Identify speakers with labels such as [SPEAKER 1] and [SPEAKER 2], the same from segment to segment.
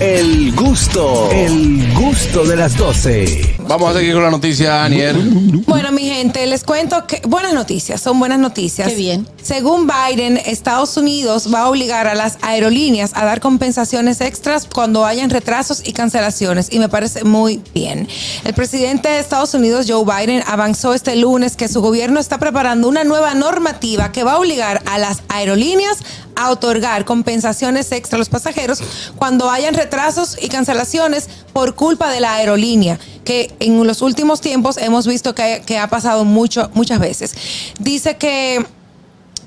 [SPEAKER 1] El gusto, el gusto de las 12.
[SPEAKER 2] Vamos a seguir con la noticia, Aniel.
[SPEAKER 3] Bueno, mi gente, les cuento que buenas noticias, son buenas noticias.
[SPEAKER 4] Qué bien.
[SPEAKER 3] Según Biden, Estados Unidos va a obligar a las aerolíneas a dar compensaciones extras cuando hayan retrasos y cancelaciones, y me parece muy bien. El presidente de Estados Unidos, Joe Biden, avanzó este lunes que su gobierno está preparando una nueva normativa que va a obligar a las aerolíneas a otorgar compensaciones extra a los pasajeros cuando hayan retrasos y cancelaciones por culpa de la aerolínea, que en los últimos tiempos hemos visto que, que ha pasado mucho, muchas veces. Dice que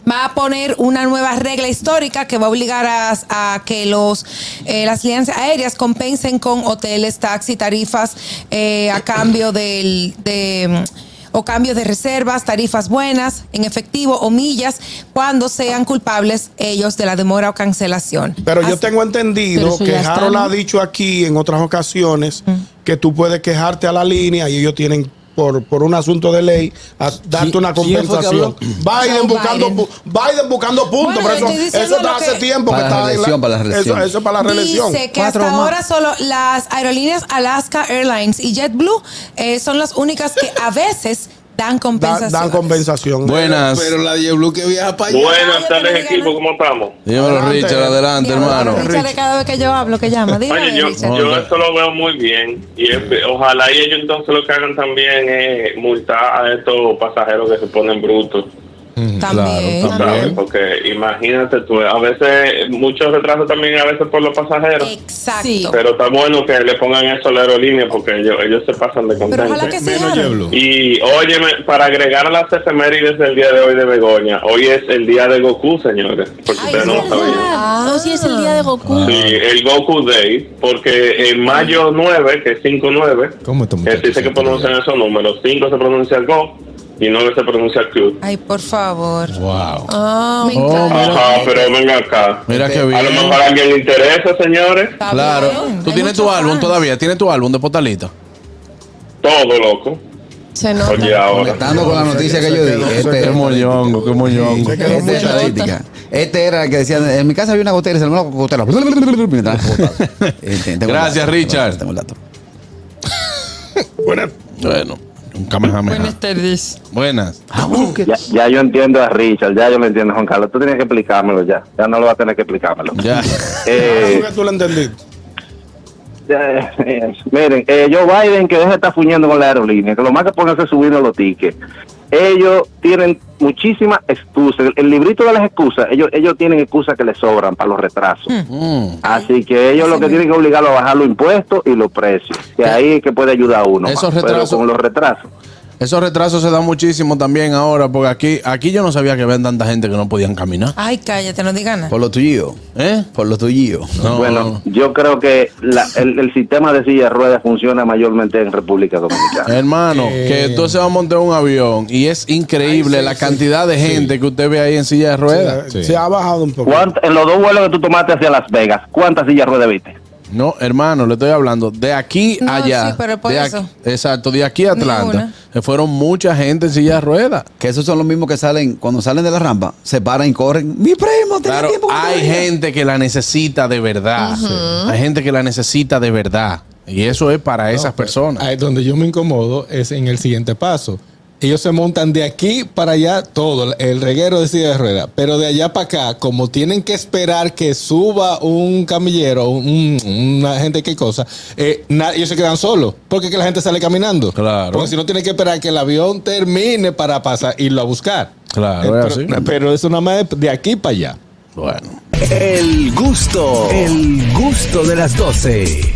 [SPEAKER 3] va a poner una nueva regla histórica que va a obligar a, a que los eh, las líneas aéreas compensen con hoteles, taxi, tarifas eh, a cambio del, de mm, o cambios de reservas, tarifas buenas, en efectivo o millas, cuando sean culpables ellos de la demora o cancelación.
[SPEAKER 5] Pero yo
[SPEAKER 3] Así-
[SPEAKER 5] tengo
[SPEAKER 4] Pero
[SPEAKER 5] entendido
[SPEAKER 4] eso
[SPEAKER 5] que
[SPEAKER 4] ya está,
[SPEAKER 5] Harold
[SPEAKER 4] ¿no?
[SPEAKER 5] ha dicho aquí en otras ocasiones
[SPEAKER 3] Mm.
[SPEAKER 5] que tú puedes quejarte a la línea y ellos tienen por, por un asunto de ley a darte una
[SPEAKER 6] quién fue que habló?
[SPEAKER 5] compensación. Biden
[SPEAKER 3] Joe
[SPEAKER 5] buscando
[SPEAKER 3] Biden.
[SPEAKER 5] pu- Biden buscando puntos,
[SPEAKER 3] Bueno,
[SPEAKER 5] pero
[SPEAKER 3] yo
[SPEAKER 5] eso,
[SPEAKER 3] estoy
[SPEAKER 5] eso
[SPEAKER 3] diciendo
[SPEAKER 5] está
[SPEAKER 3] lo
[SPEAKER 5] hace
[SPEAKER 3] que-
[SPEAKER 5] tiempo
[SPEAKER 6] Para
[SPEAKER 5] que está
[SPEAKER 6] la
[SPEAKER 5] ahí.
[SPEAKER 6] reelección, para la
[SPEAKER 5] eso,
[SPEAKER 6] reelección.
[SPEAKER 5] eso es para la reelección.
[SPEAKER 3] Dice que
[SPEAKER 6] Cuatro
[SPEAKER 3] hasta
[SPEAKER 6] más.
[SPEAKER 3] ahora solo las aerolíneas Alaska Airlines y JetBlue eh, son las únicas que a veces dan
[SPEAKER 5] Da-
[SPEAKER 3] compensación.
[SPEAKER 5] dan compensación.
[SPEAKER 2] Buenas.
[SPEAKER 6] Pero la JetBlue que viaja para allá.
[SPEAKER 7] Buenas
[SPEAKER 3] Ay,
[SPEAKER 7] tardes,
[SPEAKER 3] que me
[SPEAKER 7] equipo, ¿cómo estamos?
[SPEAKER 2] Dímelo,
[SPEAKER 5] Adelante.
[SPEAKER 2] Richard, adelante, hermano.
[SPEAKER 3] cada vez que yo hablo, que llama. Dime,
[SPEAKER 7] Oye, yo,
[SPEAKER 3] Richard.
[SPEAKER 7] yo
[SPEAKER 2] Oye.
[SPEAKER 7] eso lo veo muy bien. Y es- ojalá y ellos entonces lo que hagan también es multar a estos pasajeros que se ponen brutos.
[SPEAKER 2] Mm,
[SPEAKER 3] También.
[SPEAKER 2] Claro,
[SPEAKER 7] ¿sabes?
[SPEAKER 2] también.
[SPEAKER 7] Porque imagínate tú, a veces, muchos retrasos también a veces por los pasajeros.
[SPEAKER 3] Exacto.
[SPEAKER 4] Sí.
[SPEAKER 7] Pero está bueno que le pongan eso a la aerolínea porque ellos, ellos se pasan de
[SPEAKER 3] Pero ojalá que
[SPEAKER 7] contento.
[SPEAKER 3] sí, Harold.
[SPEAKER 7] Y óyeme, para agregar a las efemérides del día de hoy de Begoña, hoy es el día de Goku, señores. Porque
[SPEAKER 3] Ay,
[SPEAKER 7] ustedes no lo
[SPEAKER 3] ¿verdad?
[SPEAKER 7] sabían.
[SPEAKER 4] Ah. Oh, sí, es el día de Goku.
[SPEAKER 7] Sí, el Goku Day, porque en mayo 9, que es 5-9,
[SPEAKER 6] ¿Cómo estos
[SPEAKER 7] eh, dice que pronuncian esos números. 5 se pronuncia el Go y 9 se pronuncia el Q.
[SPEAKER 3] Ay, por favor.
[SPEAKER 6] Wow.
[SPEAKER 3] Ah,
[SPEAKER 4] Me encanta.
[SPEAKER 7] Ajá, pero venga acá.
[SPEAKER 2] Mira qué
[SPEAKER 7] A lo
[SPEAKER 2] bien.
[SPEAKER 7] mejor a alguien le interesa, señores.
[SPEAKER 3] está
[SPEAKER 2] Claro.
[SPEAKER 3] bien.
[SPEAKER 2] Tú
[SPEAKER 3] Hay
[SPEAKER 2] tienes tu
[SPEAKER 3] muchos
[SPEAKER 2] álbum
[SPEAKER 3] fans.
[SPEAKER 2] todavía, tienes tu álbum de Potalita.
[SPEAKER 7] Todo loco.
[SPEAKER 4] Se nota.
[SPEAKER 7] Oye, ahora.
[SPEAKER 6] Conectando con la noticia que yo di. Este,
[SPEAKER 2] Qué moñongo, qué moñongo.
[SPEAKER 6] este es estadística. Este era el que decía, en mi casa había una gotera, se armó la gotera. Mientras cogotaba. Eh, tengo el
[SPEAKER 2] Gracias,
[SPEAKER 6] dato,
[SPEAKER 2] Richard.
[SPEAKER 6] Tengo el dato.
[SPEAKER 5] Buenas.
[SPEAKER 2] Bueno, un kamehameha. Buenas
[SPEAKER 4] tardes.
[SPEAKER 2] Buenas.
[SPEAKER 7] Ya, ya yo entiendo a Richard, ya yo lo entiendo, Juan Carlos. Tú tienes que explicármelo ya. Ya no lo vas a tener que explicármelo.
[SPEAKER 2] Ya.
[SPEAKER 7] Eh,
[SPEAKER 5] Eso que tú lo entendiste.
[SPEAKER 7] Eh, eh, miren, eh, Joe Biden que deja de estar fuñendo con la aerolínea, que lo más que pongan es subirnos los tickets. Ellos tienen muchísimas excusas. El, el librito de las excusas, ellos ellos tienen excusas que les sobran para los retrasos.
[SPEAKER 2] Mm.
[SPEAKER 7] Así que ellos lo que tienen que obligarlo a bajar los impuestos y los precios. Que ahí es que puede ayudar a uno.
[SPEAKER 2] Esos
[SPEAKER 7] más. Pero
[SPEAKER 2] retrasos-
[SPEAKER 7] con los retrasos.
[SPEAKER 2] Esos retrasos se dan muchísimo también ahora, porque aquí, aquí yo no sabía que había tanta gente que no podían caminar.
[SPEAKER 3] Ay, cállate, no digas nada.
[SPEAKER 6] Por lo tuyo.
[SPEAKER 2] ¿Eh?
[SPEAKER 6] Por lo tuyo.
[SPEAKER 2] No,
[SPEAKER 7] bueno, yo creo que la- el, el sistema de silla de ruedas funciona mayormente en República Dominicana.
[SPEAKER 2] Eh, Hermano, que entonces va a montar un avión y es increíble
[SPEAKER 5] Eh, Ay, sí,
[SPEAKER 2] la
[SPEAKER 5] sí.
[SPEAKER 2] cantidad de gente que usted ve ahí en silla de ruedas.
[SPEAKER 5] Se, se ha bajado un poco.
[SPEAKER 7] ¿Cuánt- en los dos vuelos que tú tomaste hacia Las Vegas, ¿cuántas sillas de ruedas viste?
[SPEAKER 2] No, hermano, le estoy hablando de aquí
[SPEAKER 3] No,
[SPEAKER 2] allá.
[SPEAKER 3] sí, pero por
[SPEAKER 2] de
[SPEAKER 3] eso.
[SPEAKER 2] aquí- exacto, de aquí a Atlanta.
[SPEAKER 3] Ninguna.
[SPEAKER 2] Se fueron mucha gente en silla de ruedas.
[SPEAKER 6] Que esos son los mismos que salen, cuando salen de la rampa, se paran y corren. Mi primo, tenía
[SPEAKER 2] Claro,
[SPEAKER 6] tiempo. que no
[SPEAKER 2] hay
[SPEAKER 6] veía".
[SPEAKER 2] gente que la necesita de verdad. Hay gente que la necesita de verdad. Y eso es para esas personas.
[SPEAKER 8] Ahí es donde yo me incomodo es en el siguiente paso. Ellos se montan de aquí para allá todo, el reguero de silla de rueda. Pero de allá para acá, como tienen que esperar que suba un camillero, un- una gente, qué cosa, eh, na- ellos se quedan solos. Porque es que la gente sale caminando.
[SPEAKER 2] Claro.
[SPEAKER 8] Porque si no, tienen que esperar que el avión termine para pasar, irlo a buscar. Eh,
[SPEAKER 2] Claro, es
[SPEAKER 8] pero,
[SPEAKER 2] así.
[SPEAKER 8] pero eso nada más es de aquí para allá.
[SPEAKER 2] Bueno.
[SPEAKER 1] El gusto, el gusto de las 12.